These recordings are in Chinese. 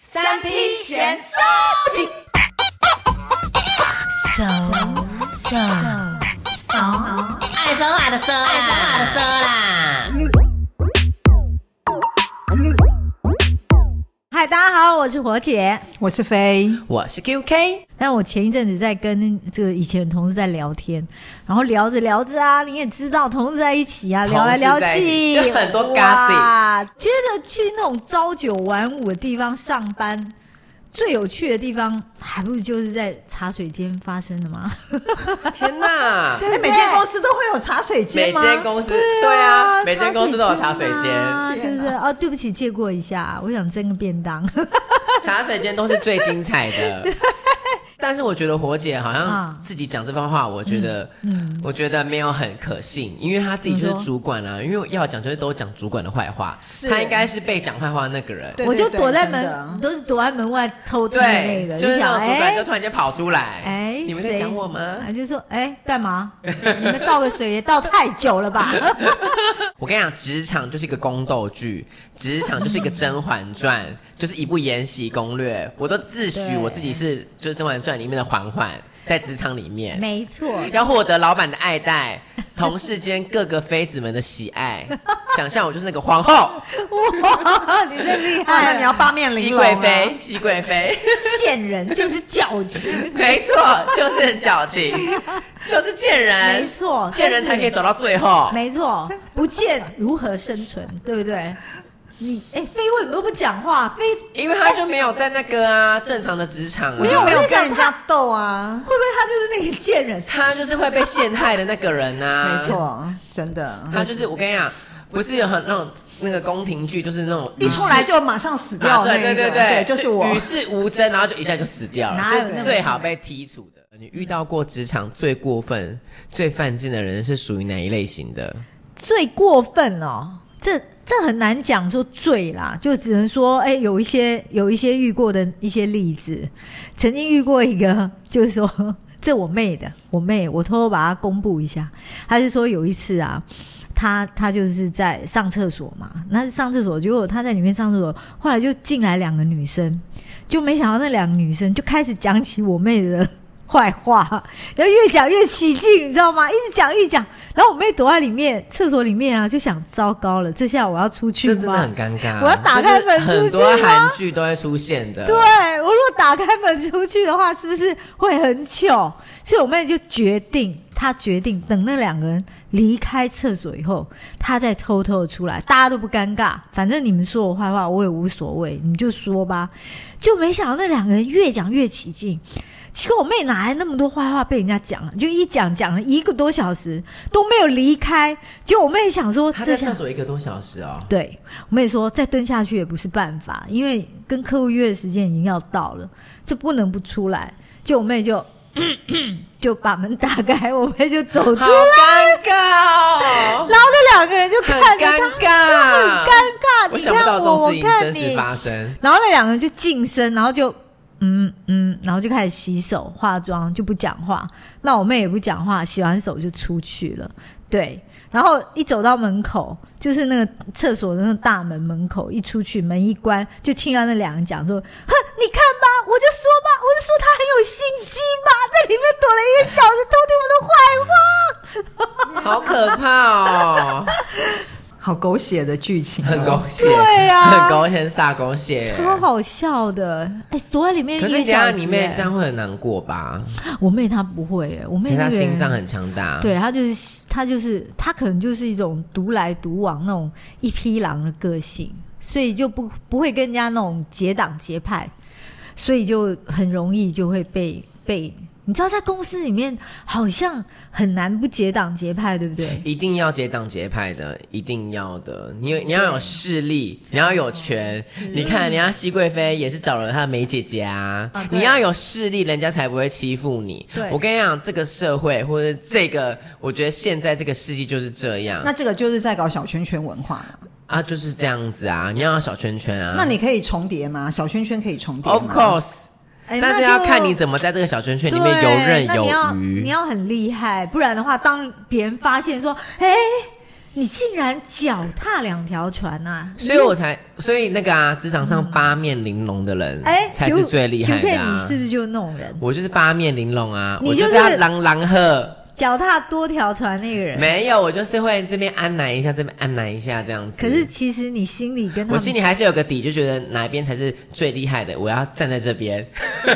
三批闲闲事。 so so so 爱说话的说啊啦，爱说话的说啦。嗨，大家好，我是火姐。我是飞，我是 QK，但我前一阵子在跟这个以前同事在聊天，然后聊着聊着啊，你也知道，同事在一起啊，聊来聊同事在一去，起就很多哇觉得去那种朝九晚五的地方上班，最有趣的地方，还不如就是在茶水间发生的吗？天哪！哎，每间公司都会有茶水每间吗？间公司对啊，每间公司都有 茶水间，啊天就是哦，对不起，借过一下，我想蒸个便当。茶水间都是最精彩的。 但是我觉得火姐好啊像自己讲这番话，我觉得，我觉得没有很可信，因为她自己就怎么说是主管啊，因为要讲就是都讲主管的坏话，是她应该是被讲坏话的那个人。对我就躲在真的门，都是躲在门外偷听的那对，个，就是想那种主哎管就突然间跑出来，哎，你们在谁讲我吗？啊就说哎，干嘛？你们倒个水也倒太久了 吧？ 我跟你讲，职场就是一个宫斗剧，职场就是一个《甄嬛传》， 就是一部《延禧攻略》。我都自诩对我自己是就是《甄嬛传》里面的嬛嬛，在职场里面没错，要获得老板的爱戴，同事间各个妃子们的喜爱。想象我就是那个皇后，哇， 你这厉哇，哦那害你了，要八面熹玲珑啊贵妃，熹贵妃，见人就是矫 情，没错，就是很矫情，就是贱没哎人，错，贱人才可以走到最后但是，。 没错，不见如何生存，对不对？你哎，飞为什么都不讲话？飞因为他就没有在那个啊正常的职场、啊，你就没有我就跟想人家斗啊？会不会他就是那个贱人？他就是会被陷害的那个人呐、啊。没，错，真的，他就是我跟你讲，不是有很那种那个宫廷剧，就是那种一出来就马上死掉啊那对一对个，对就是我与。世无争，然后就一下就死掉了，哪有那就么最好被剔除的。你遇到过职场最过分、最犯贱的人是属于哪一类型的？最过分哦，这这很难讲说最啦，就只能说哎，有一些有一些遇过的一些例子，曾经遇过一个，就是说这我妹的，我妹，我偷偷把它公布一下，她就说有一次啊。她她就是在上厕所嘛，那上厕所，结果她在里面上厕所，后来就进来两个女生，就没想到那两个女生就开始讲起我妹的坏话，然后越讲越起劲，你知道吗？一直讲一直讲，然后我妹躲在里面厕所里面啊，就想糟糕了，这下我要出去这吗？真的很尴尬。我要打开门这是很多出去吗韩剧都会出现的。对我如果打开门出去的话，是不是会很糗？所以我妹就决定，她决定等那两个人离开厕所以后，她再偷偷的出来，大家都不尴尬。反正你们说我坏话，我也无所谓，你们就说吧。就没想到那两个人越讲越起劲。其实我妹哪来那么多坏话被人家讲啊？就一讲讲了一个多小时都没有离开。结果我妹想说，他这在下厕所一个多小时哦。对，我妹说再蹲下去也不是办法，因为跟客户约的时间已经要到了，这不能不出来。就我妹就 就把门打开，我妹就走出好来，尴 尬哦，然后那两个人就很看着尴她，尬，很尴尬。我你想不看到这我，种我事情看真实你。发生。然后那两个人就近身，然后就嗯嗯，然后就开始洗手、化妆，就不讲话。那我妹也不讲话，洗完手就出去了。对，然后一走到门口，就是那个厕所的那个大门门口，一出去门一关，就听到那两人讲说：“哼，你看吧，我就说吧，我就说他很有心机嘛，在里面躲了一个小时，偷听我的坏话。”好可怕哦，好狗血的剧情哦， 很狗血，对啊很狗血，很撒狗血。超好笑的，哎、躲在里面一可个是你小家时、里面这哎样会很难过吧？我妹她不会、哎我因妹为那他个心人脏很强大，，对他就是他就是他可能就是一种独来独往那种一匹狼的个性，所以就不不会跟人家那种结党结派，所以就很容易就会被被你知道在公司里面好像很难不结党结派，对不对？一定要结党结派的，一定要的。你有你要有势力，你要有权。你看，人家熹贵妃也是找了她的梅姐姐啊。啊对你要有势力，人家才不会欺负你对。我跟你讲，这个社会或者这个，我觉得现在这个世纪就是这样那这个就是在搞小圈圈文化嘛。啊，就是这样子啊。你要有小圈圈啊。那你可以重叠吗？小圈圈可以重叠吗 Of course。哎但是那要就看你怎么在这个小圈圈里对，面游刃那你要有你余。要很厉害，不然的话，当别人发现说，哎、你竟然脚踏两条船啊！所以我才，所以那个啊，职场上八面玲珑的人，哎，才是最厉害 Q- 的 Q K，你啊是！不是就那种人？我就是八面玲珑啊，你我就是是要狼狼喝，脚踏多条船那个人，没有，我就是会这边安奶一下，这边安奶一下这样子。可是其实你心里跟他我们心里还是有个底，就觉得哪边才是最厉害的，我要站在这边。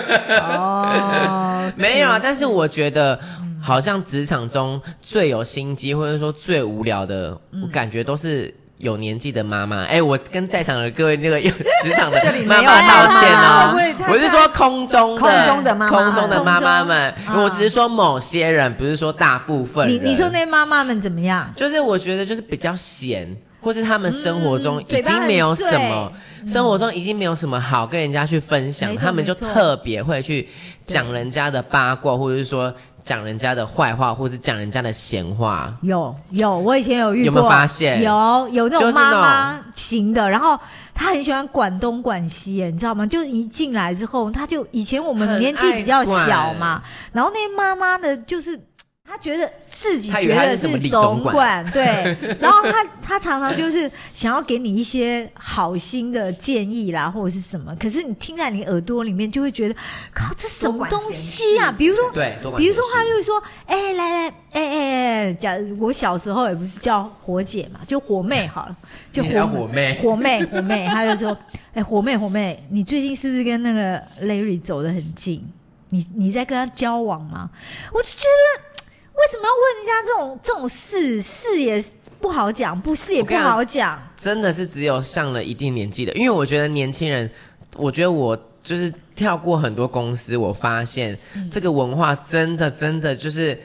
哦，没有啊，但是我觉得好像职场中最有心机，或者说最无聊的，我感觉都是。有年纪的妈妈，哎、我跟在场的各位那个 有职场的里妈没有妈妈妈道歉啊喂哦他，我是说空中的空中的妈妈空中的妈妈们空，中我只是说某些人，不是说大部分你人。你说那妈妈们怎么样？就是我觉得就是比较闲，或是他们生活中嗯已嘴巴经很嗯没有什么，生活中已经没有什么好跟人家去分享没，错他们就没错特别会去讲人家的八卦，或者是说讲人家的坏话，或是讲人家的闲话。有有，我以前有遇过，有没有发现有有那就种是那妈种妈型的，然后她很喜欢管东管西耶，你知道吗？就一进来之后，她就以前我们很年纪爱比较管小嘛，然后那妈妈呢，就是她觉得自己她以觉为她得是什么李总总管管，对，然后她她常常就是想要给你一些好心的建议啦，或者是什么，可是你听在你耳朵里面就会觉得，靠，这什多么管东闲西啊？比如说对，多管比如说闲，事他就会说：“哎、来来，哎哎哎，假如我小时候也不是叫火姐嘛，就火妹好了，就你还要火火妹火妹，火妹。”他就说：“哎、火妹，火妹，你最近是不是跟那个 Larry 走得很近？你你在跟他交往吗？”我就觉得为什么要问人家这种这种事？事也不好讲，不是也我不跟你讲好讲。真的是只有上了一定年纪的，因为我觉得年轻人，我觉得我就是跳过很多公司，我发现嗯这个文化真的真的就是。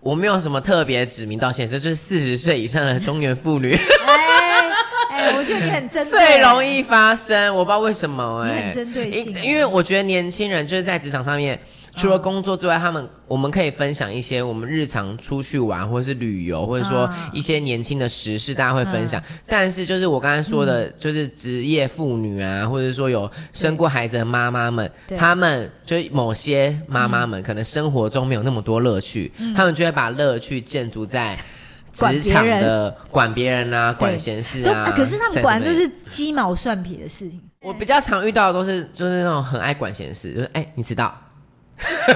我没有什么特别指名道姓，这就是四十岁以上的中年妇女哎哎，我觉得你很针对，最容易发生，我不知道为什么你哎、很针对性因因为我觉得年轻人就是在职场上面，除了工作之外，他们我们可以分享一些我们日常出去玩，或者是旅游，或者说嗯一些年轻的时事，大家会分享。但是就是我刚才说嗯的，就是职业妇女啊，或者说有生过孩子的妈妈们对，嗯她们就是某些妈妈们，可能生活中没有那么多乐趣，她们就会把乐趣建筑在。管别职场人的管别人啊，管对闲事都、啊，可是他在们管这的边都是鸡毛蒜皮的事情。我比较常遇到的都是就是那种很爱管闲事，就是哎、你迟到，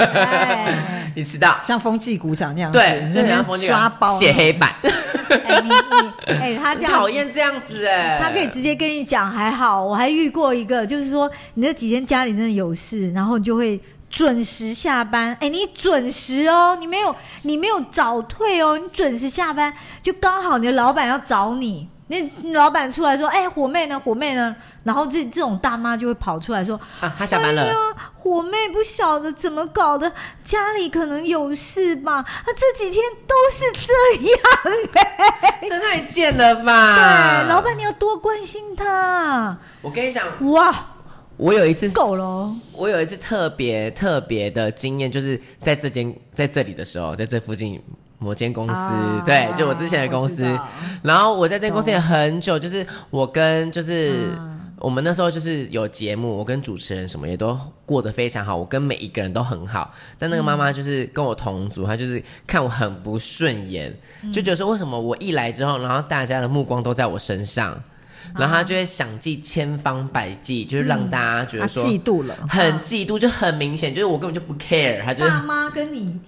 哎你迟到，像风纪鼓掌那样子，对，就在很像那边风纪刷包写黑板，哎，你你哎，他这很样讨，厌这样子哎、他可以直接跟你讲还好。我还遇过一个，就是说你那几天家里真的有事，然后你就会准时下班。哎，你准时哦，你没有你没有早退哦，你准时下班，就刚好你的老板要找你。那你老板出来说：“哎、火妹呢？火妹呢？”然后这这种大妈就会跑出来说：“啊，他下班了，哎呀，火妹不晓得怎么搞的，家里可能有事吧？她这几天都是这样。”这太贱了吧？哎对，老，板你要多关心他。我跟你讲，哇，我有一次够了哦，我有一次特别特别的经验，就是在这间在这里的时候，在这附近某间公司，啊对，就我之前的公我知司道。然后我在这间公司也很久，就是我跟就是。嗯我们那时候就是有节目，我跟主持人什么也都过得非常好，我跟每一个人都很好。但那个妈妈就是跟我同组，她就是看我很不顺眼，嗯就觉得说为什么我一来之后，然后大家的目光都在我身上，然后她就会想尽千方百计，就是让大家觉他得说、嗯嫉妒了。很嫉妒，就很明显，就是我根本就不 care，他就是大妈跟你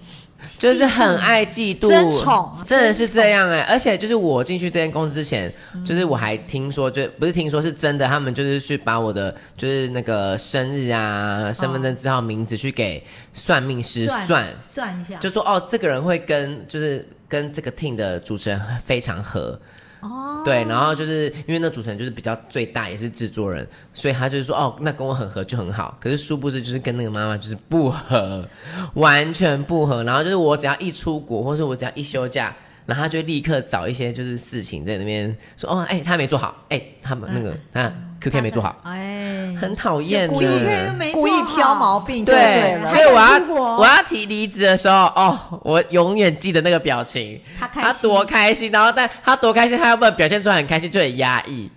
就是很爱嫉妒，真宠真的是这样哎、而且就是我进去这间公司之前，就是我还听说，就不是听说是真的，他们就是去把我的就是那个生日啊、身份证字号、名字去给算命师算算，算一下，就说哦，这个人会跟就是跟这个 team 的主持人非常合。哦，对，然后就是因为那主持人就是比较最大，也是制作人，所以他就是说，哦，那跟我很合就很好。可是殊不知就是跟那个妈妈就是不合，完全不合。然后就是我只要一出国，或是我只要一休假，然后他就会立刻找一些就是事情在那边说，哦，哎、他没做好，哎、他们那个嗯啊 QK 没做好，，哎，很讨厌故意对的。没做好故意挑毛病就对对，了，所以我还敢出国要我要提离职的时候，哦，我永远记得那个表情，他开他心 多开心，然后但他多开心，他要不然表现出来很开心就很压抑。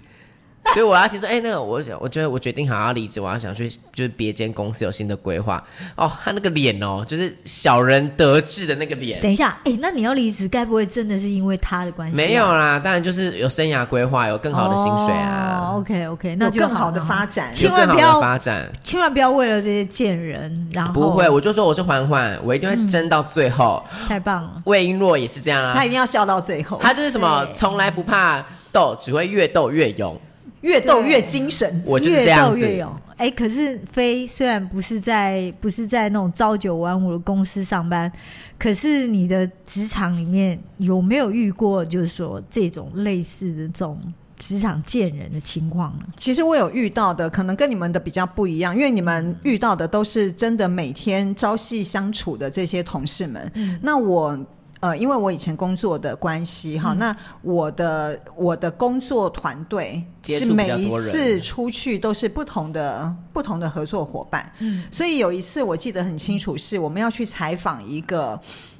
所以我要提出，哎、那个我想，我觉得我决定好要离职，我要想去就是别间公司有新的规划。哦，他那个脸哦，就是小人得志的那个脸。等一下，哎、那你要离职，该不会真的是因为他的关系啊、没有啦，当然就是有生涯规划，有更好的薪水啊，哦、OK OK，那有就更好的了发展。其有千更万好不要哦的发展。千万不要为了这些贱人，然后不会，，我就说我是环环，我一定会争到最后。太棒了。魏璎珞也是这样他啊一，定要笑到最后，她就是什么对从来不怕斗，只会越斗越勇。越斗对越精神。我就是越这样斗子。越勇。哎、可是飞虽然不是在不是在那种朝九晚五的公司上班，可是你的职场里面有没有遇过就是说这种类似的这种职场贱人的情况呢？其实我有遇到的，可能跟你们的比较不一样，因为你们遇到的都是真的每天朝夕相处的这些同事们。嗯那我。呃，因为我以前工作的关系嗯哈，那我的我的工作团队接是触比每较一多人次出去都是不同的不同的合作伙伴，嗯所以有一次我记得很清楚，是我们要去采访一个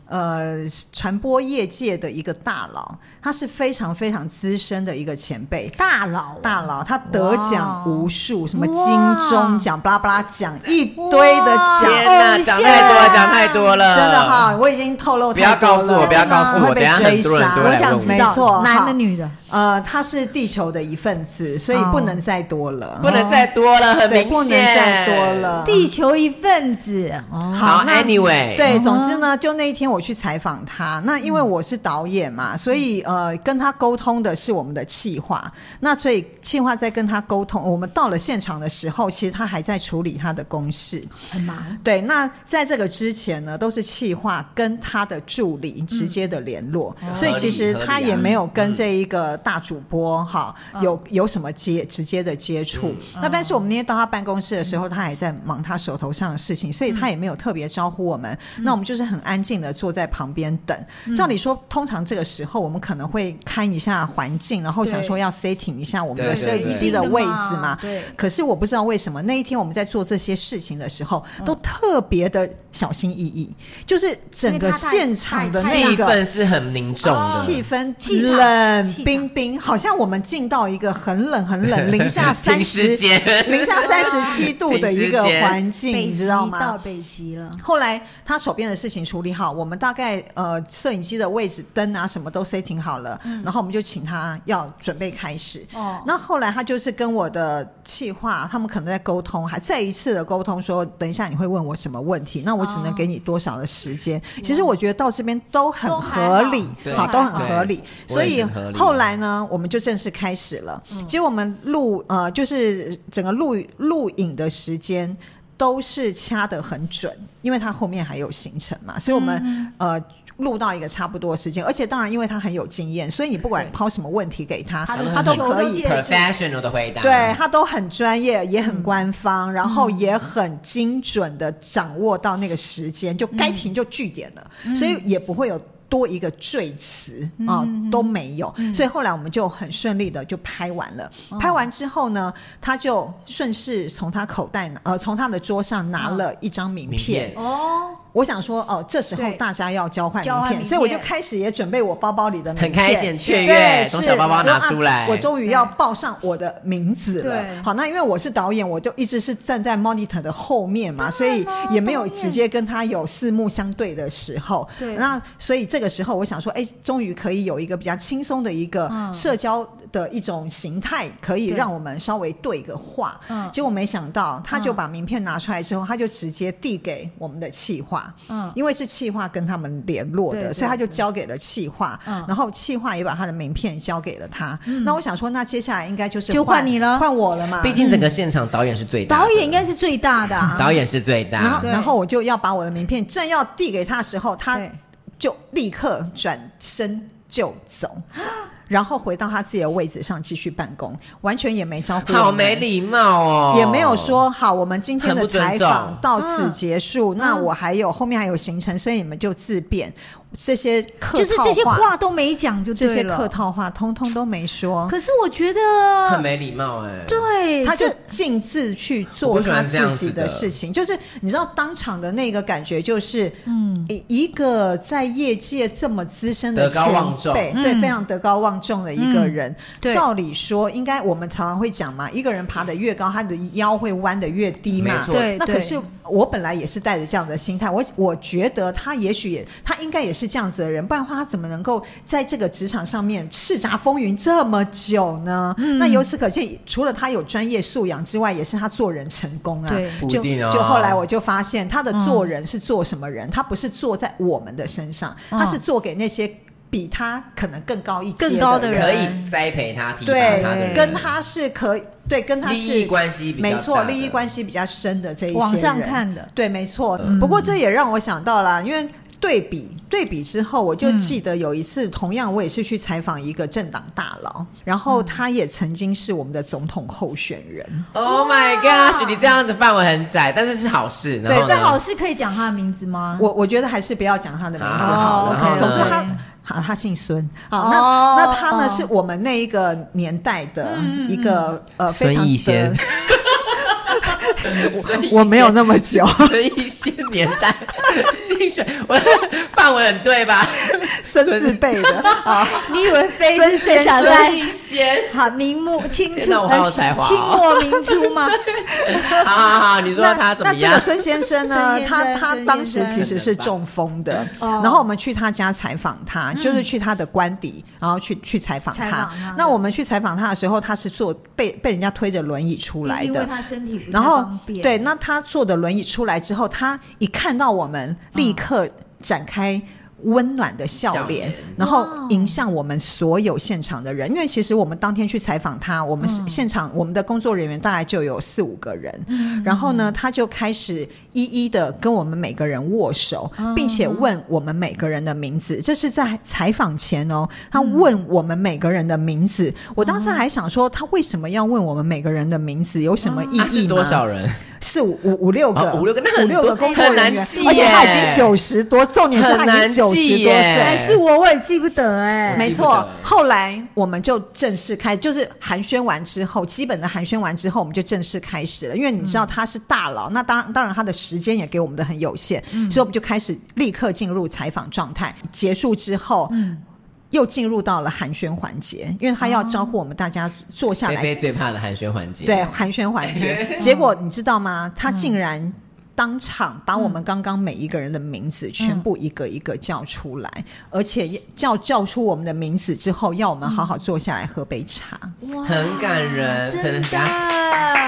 呃传播业界的一个大佬，他是非常非常资深的一个前辈，大佬、大佬，啊他得奖无数，什么金哇钟奖、巴拉巴拉奖，一堆的奖，天偶哪，像讲太多了，讲太多了，真的。哈，我已经透露不要太多告诉了我，不要告诉会我，被等一下很追多人杀都我会来想问知没道我。错男好的女的，呃，他是地球的一份子，所以哦不能再多了，不能再多了，很对，明不能显，再多。了。地球一份子哦，好那，Anyway，嗯对，总之呢，就那一天我去采访他，那因为我是导演嘛，所以呃，跟他沟通的是我们的企划，那所以企划在跟他沟通，我们到了现场的时候，其实他还在处理他的公事，很忙。对，那在这个之前呢，都是企划跟他的助理直接的联络，所以其实合理他合理啊也没有跟这一个大主播哈、有有什么接直接的接触。嗯那但是我们那天到他办公室的时候，他还在忙他手头上的事情，所以他也没有特别招呼我们。那我们就是很安静的坐在旁边等。照理说，通常这个时候我们可能会看一下环境，然后想说要 setting 一下我们的对摄影对机的位置嘛，对，可是我不知道为什么那一天我们在做这些事情的时候，嗯都特别的小心翼翼，就是整个现场的那气个氛是很凝重气的，氛气场冷气场冰冰，好像我们进到一个很冷很冷，零下三停十时间 零下三十七度的一个停时间环境，北你极知道吗？到北极了，后来他手边的事情处理好，我们大概呃摄影机的位置、灯啊什么都 setting 好了，嗯然后我们就请他要准备开始。哦哦，那后来他就是跟我的企划，他们可能在沟通，还再一次的沟通说，等一下你会问我什么问题，那我只能给你多少的时间。其实我觉得到这边都很嗯都还好合理，对好，都很合理。对所我也以很合理后来呢，我们就正式开始了。嗯结果我们录呃，就是整个录录影的时间都是掐得很准，因为它后面还有行程嘛，所以我们、嗯呃。录到一个差不多的时间，而且当然，因为他很有经验，所以你不管对抛什么问题给他，他都他都很有可经以验，professional 的回答，对他都很专业，也很官方，然后也很精准的掌握到那个时间，就该停就据点了，所以也不会有。多一个赘词啊、都没有，所以后来我们就很顺利的就拍完了。拍完之后呢，他就顺势从他口袋拿呃从他的桌上拿了一张名名片片，哦，我想说哦，这时候对大家要交换名交换片，名片所以我就开始也准备我包包里的名很片，开心雀跃对从是小包包拿我说啊出来我终于要报上我的名字了对。好，那因为我是导演，我就一直是站在 monitor 的后面嘛，所以也没有直接跟他有四目相对的时候。对那所以这个时候我想说，哎，终于可以有一个比较轻松的一个嗯社交的一种形态，可以对让我们稍微对个话。嗯结果没想到，他就嗯把名片拿出来之后，他就直接递给我们的企划。嗯，因为是企划跟他们联络对的，对所以他就交给了企划嗯，然后企划也把他的名片交给了他。那我想说，那接下来应该就是就换你了换我了嘛。毕竟整个现场导演是最大的，导演应该是最大的、啊，导演是最然大后，对然后我就要把我的名片正要递给他的时候，他对就立刻转身就走， 然后回到他自己的位置上继续办公，完全也没招呼我们，好没礼貌哦，也没有说好，我们今天的很不尊采重嗯访到此结束。那我还有后面还有行程，所以你们就自便。这些客就是套这些话都没讲就这对些了。客套话，通通都没说，可是我觉很得，没礼貌哎、对，他就这径自去我做不喜欢他这样自子己的的事情。就是你知道，当场的那个感觉就是，嗯，一个在业界这么资深的德高望重嗯前辈，对，非常德高望重的一个人，对照理说应该我们常常会讲嘛，一个人爬得越高，他的腰会弯得越低没嘛，错对那对可是我本来也是带着这样的心态，我我觉得他也许也他应该也是这样子的人，不然的话他怎么能够在这个职场上面叱咤风云这么久呢？嗯那由此可见，除了他有专业素养之外，也是他做人成功啊对。不一就定啊就后来我就发现，他的做人是做什么人？他不是做在我们的身上，他是做给那些比他可能更高一阶啊更高的人可以栽培他、提拔他的对人，，跟他是可以对，跟他是利益关系比较没错，大的利益关系比较深的这一些往上人看的对，没错。不过这也让我想到了，因为。对比对比之后，我就记得有一次，同样我也是去采访一个政党大佬，然后他也曾经是我们的总统候选人。 Oh my gosh！你这样子范围很窄，但是是好事。然后呢这好事可以讲他的名字吗？我我觉得还是不要讲他的名字好了。好总之啊，OK 他好，他姓孙。好，哦那那他呢、哦是我们那一个年代的一个、呃非孙常逸的仙， 孙逸仙我没有那么久。孙逸仙年代 竞选，我范围很对 吧？孙字辈的啊， 你以为飞是孙谁先讲生在孙逸仙，好明末清天初哪我好有才呃华哦清末明初吗？好好好，你说那他怎么那这样个？孙先生呢 孙？先生他他孙当先时生其实是中风的，哦然后我们去他家采访他，嗯就是去他的官邸，然后去去采访采他访他。那我们去采访他的时候，他是坐被被人家推着轮椅出来因为的。他身体不太然后方便，对，那他坐的轮椅出来之后，他一看到我嗯们，立刻展开。温暖的笑笑脸脸，然后哇迎向我们所有现场的人，因为其实我们当天去采访他，我们嗯现场、我们的工作人员大概就有四五个人，嗯然后呢，他就开始一一的跟我们每个人握手，啊并且问我们每个人的名字。这是在采访前哦，他嗯问我们每个人的名字。我当啊时还想说，他为什么要问我们每个人的名字？有什么啊意义他吗？是多少人？四五五五六个，啊五六个那很五六多个工作人很员难记，而且他已经耶九十多，重点是很他已难经九记十多耶岁。哎还是我，我也记不得哎。没记不错得，后来我们就正式开，就是寒暄完之后，基本的寒暄完之后，我们就正式开始了。因为你知道他是大嗯佬，那当然当然他的时间也给我们的很有限，所以我们就开始立刻进入采访状态。结束之后，嗯又进入到了寒暄环节，因为他要招呼我们大家坐下菲来菲最怕的寒暄环节。对，寒暄环节。结果你知道吗？他竟然当场把我们刚刚每一个人的名字全部一个一个叫出嗯来，而且叫叫出我们的名字之后，要我们好好坐下来喝杯茶。嗯哇很感人真真的的。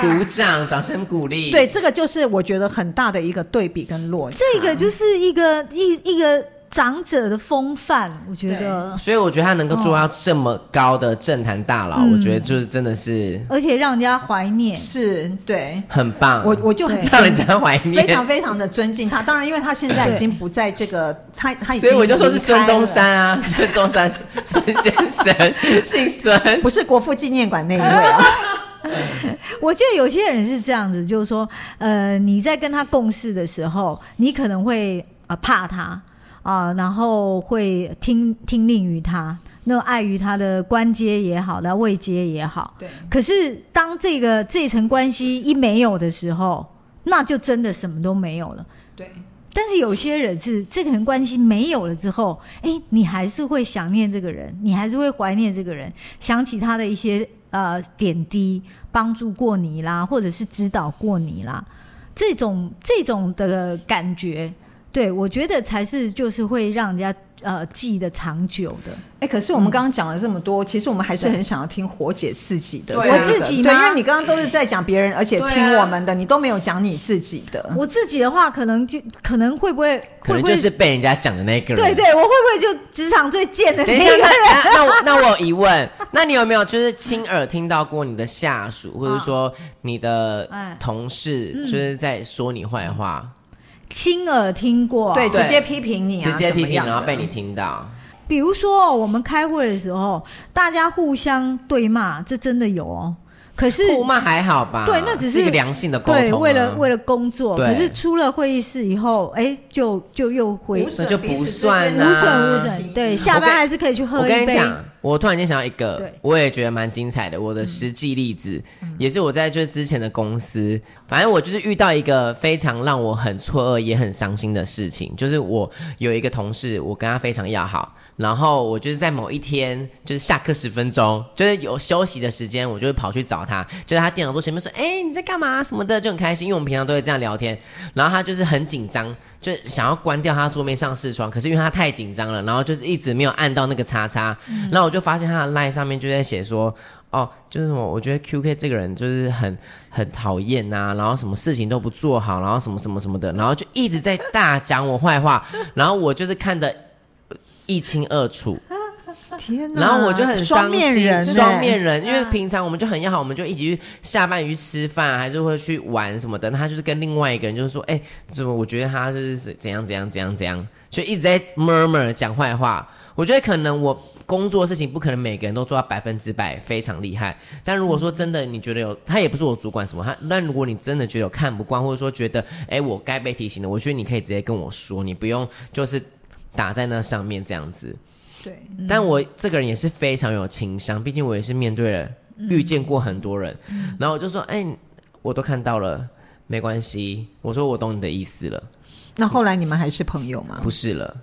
鼓掌，掌声鼓励。对，，这个就是我觉得很大的一个对比跟落差。这个就是一个一一个长者的风范，我觉得，所以我觉得他能够做到这么高的政坛大佬，嗯我觉得就是真的是而且让人家怀念。是对很棒。我，我就很对让人家怀念，非常非常的尊敬他。当然，因为他现在已经不在这个，他他已所经以我就说是离开孙中了山啊， 孙中山，孙先生，姓孙。不是国父纪念馆那一位啊。我觉得有些人是这样子，就是说，呃，你在跟他共事的时候，你可能会呃怕他啊、然后会听听令于他，那碍于他的官阶也好，那位阶也好。对。可是当这个这层关系一没有的时候，那就真的什么都没有了。对，但是有些人是这个人关系没有了之后，哎，你还是会想念这个人，你还是会怀念这个人，想起他的一些呃点滴，帮助过你啦，或者是指导过你啦，这种这种的感觉，对我觉得才是就是会让人家呃记得长久的。哎、可是我们刚刚讲了这么多，其实我们还是很想要听火姐自己的，对啊这个我自己吗对，因为你刚刚都是在讲别人，而且对啊听我们的，你都没有讲你自己的。我自己的话，可能就可能会不 会嗯可会能不就会是被人家讲的那个人。对对，我会不会就职场最贱的那等一一个下，人？那那那我那我有疑问， 那你有没有就是亲耳听到过你的下属，或者说你的啊哎同事，就是在说你坏话，亲耳听过，对，对直接批评你啊，直接批怎么评，样的然后被你听到？比如说，我们开会的时候，大家互相对骂，这真的有哦。可是互骂还好吧？对那只是是一个良性的沟通啊、对，为了为了工作，对可是出了会议室以后，哎，就就又回无无损那就彼不此之间算的损啊无事情损，对，下班还是可以去我喝跟一你杯。讲，我突然间想到一个对，嗯我也觉得蛮精彩的，我的实际例子、也是我在就是之前的公司，反正我就是遇到一个非常让我很错愕也很伤心的事情，就是我有一个同事，我跟他非常要好，然后我就是在某一天就是下课十分钟，就是有休息的时间，我就会跑去找他，就在他电脑桌前面说，哎、你在干嘛什么的，就很开心，因为我们平常都会这样聊天，然后他就是很紧张，就想要关掉他桌面上视窗，可是因为他太紧张了，然后就是一直没有按到那个叉叉，然后我就发现他的 line 上面就在写说，哦，就是什么，我觉得 QK 这个人就是很很讨厌呐、然后什么事情都不做好，然后什么什么什么的，然后就一直在大讲我坏话，然后我就是看得一清二楚，天哪！然后我就很双伤面心人双欸面人，因为嗯平常我们就很要好，我们就一起去下班去吃饭，还是会去玩什么的。那他就是跟另外一个人就是说，哎、怎么我觉得他就是怎样怎样怎样怎样，就一直在 murmur 讲坏话。我觉得可能我工作的事情不可能每个人都做到百分之百非常厉害，但如嗯果说真的你觉得有，他也不是我主管什么，他那如果你真的觉得有看不惯，或者说觉得哎我该被提醒的，我觉得你可以直接跟我说，你不用就是打在那上面这样子。对，但我这个人也是非常有情商，毕竟我也是面对了、遇见过很多人，然后我就说，哎、我都看到了，没关系，我说我懂你的意思了，那后来你们还是朋友吗？不是了，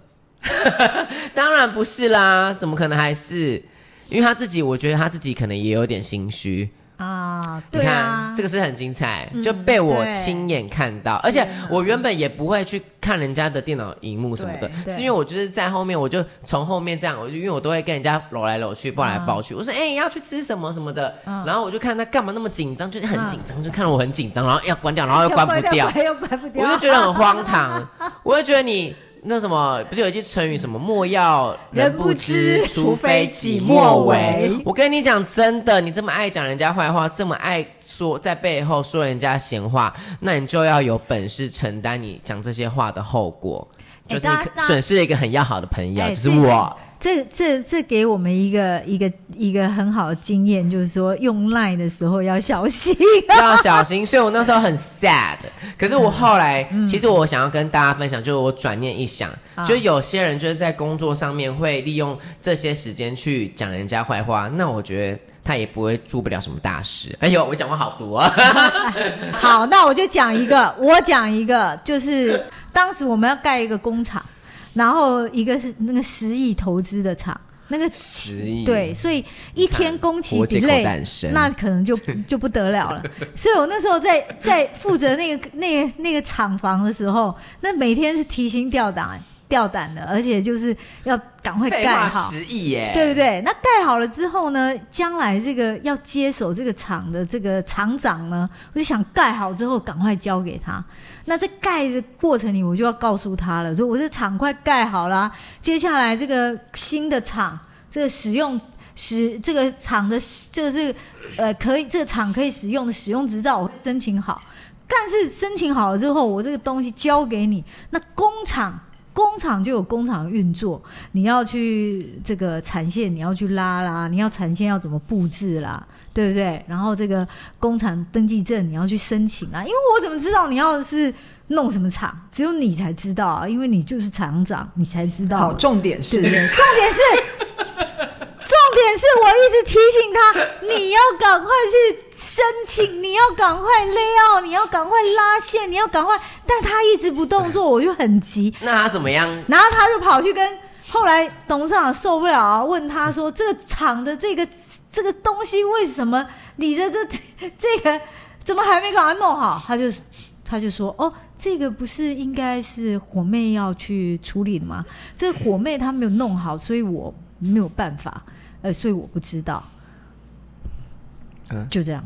当然不是啦，怎么可能还是？因为他自己，我觉得他自己可能也有点心虚。啊，你对看，啊，这个是很精彩，就被我对亲眼看到，而且我原本也不会去看人家的电脑荧幕什么的对，对是因为我就是在后面，我就从后面这样，我就因为我都会跟人家搂来搂去，抱来抱去，我说哎、要去吃什么什么的，然后我就看他干嘛那么紧张，就是很紧张，就看我很紧张，然后要关掉，然后 又关不掉，又关不掉，我就觉得很 荒唐，我就觉得你。那什么，不是有一句成语什么“莫要人不知，人不知除非己莫莫为为”。我跟你讲，真的，你这么爱讲人家坏话，这么爱说在背后说人家闲话，那你就要有本事承担你讲这些话的后果，哎就是你大家可损失了一个很要好的朋友，哎就是这我。这这这给我们一个一个一个很好的经验，就是说用 line 的时候要小心。要小心。所以我那时候很 sad，可是我后来，嗯其实我想要跟大家分享，就是我转念一想，啊就有些人就是在工作上面会利用这些时间去讲人家坏话，那我觉得他也不会做不了什么大事。哎呦，我讲话好毒 啊！好，那我就讲一个，我讲一个，就是当时我们要盖一个工厂，然后一个是那个十亿投资的厂，那个十亿对，所以一天工期我借口 delay，诞生那可能 就就不得了了。所以我那时候在在负责那个那个那个厂房的时候，那每天是提心吊胆吊胆的，而且就是要赶快废盖话好。十亿耶，对不对？那盖好了之后呢，将来这个要接手这个厂的这个厂长呢，我就想盖好之后赶快交给他。那在盖的过程里，我就要告诉他了，说我这厂快盖好了啊、接下来这个新的厂，这个使用使这个厂的就是呃可以这个厂可以使用的使用执照，我会申请好。但是申请好了之后，我这个东西交给你，那工厂工厂就有工厂的运作，你要去这个产线，你要去拉啦，你要产线要怎么布置啦，对不对？然后这个工厂登记证你要去申请啊，因为我怎么知道你要是弄什么厂？只有你才知道啊，因为你就是厂长，你才知道嘛。好，重点是重点是，重点是我一直提醒他，你要赶快去申请，你要赶快 lay out，你要赶快拉线，你要赶快，但他一直不动作，我就很急，那他怎么样？然后他就跑去跟后来董事长受不了啊，问他说：“这个厂的这个这个东西为什么你的这 这个怎么还没把它弄好？”他就他就说：“哦，这个不是应该是火妹要去处理的吗？这个火妹她没有弄好，所以我没有办法，呃，所以我不知道。”嗯就这样，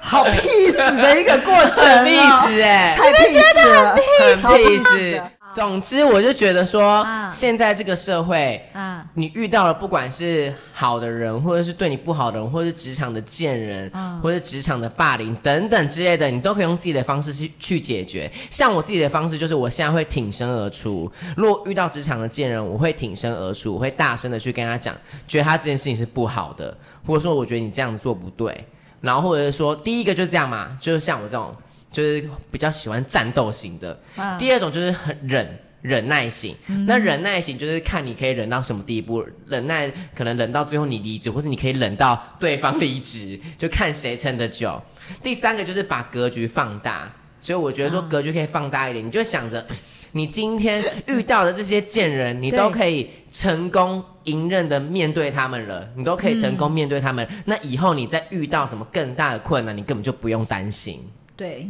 好 peace 的一个过程很哦，意思哎，太 peace 了，很超 peace 的。总之，我就觉得说啊，现在这个社会，啊，你遇到了不管是好的人，或者是对你不好的人，或者是职场的贱人，嗯或者是职场的霸凌等等之类的，你都可以用自己的方式去去解决。像我自己的方式就是，我现在会挺身而出。如果遇到职场的贱人，我会挺身而出，我会大声的去跟他讲，觉得他这件事情是不好的，或者说我觉得你这样子做不对。然后或者是说，第一个就是这样嘛，就是像我这种，就是比较喜欢战斗型的。啊第二种就是很忍。忍耐型，那忍耐型就是看你可以忍到什么地步，忍耐可能忍到最后你离职，或者你可以忍到对方离职，就看谁撑得久。第三个就是把格局放大，所以我觉得说格局可以放大一点，你就想着你今天遇到的这些贱人，你对都可以成功迎刃的面对他们了，你都可以成功面对他们，那以后你再遇到什么更大的困难，你根本就不用担心。对，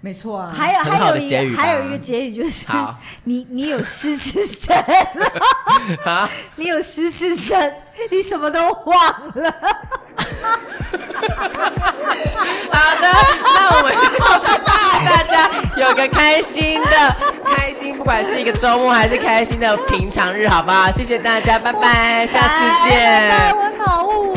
没错啊，还有很好还的有一结语个吧还有一个结语就是好，你你有失智症， 啊，你有失智症，你什么都忘了。好的，那我们就大家有个开心的，开心，不管是一个周末还是开心的平常日，好不好？谢谢大家，拜拜，下次见。哎我脑雾。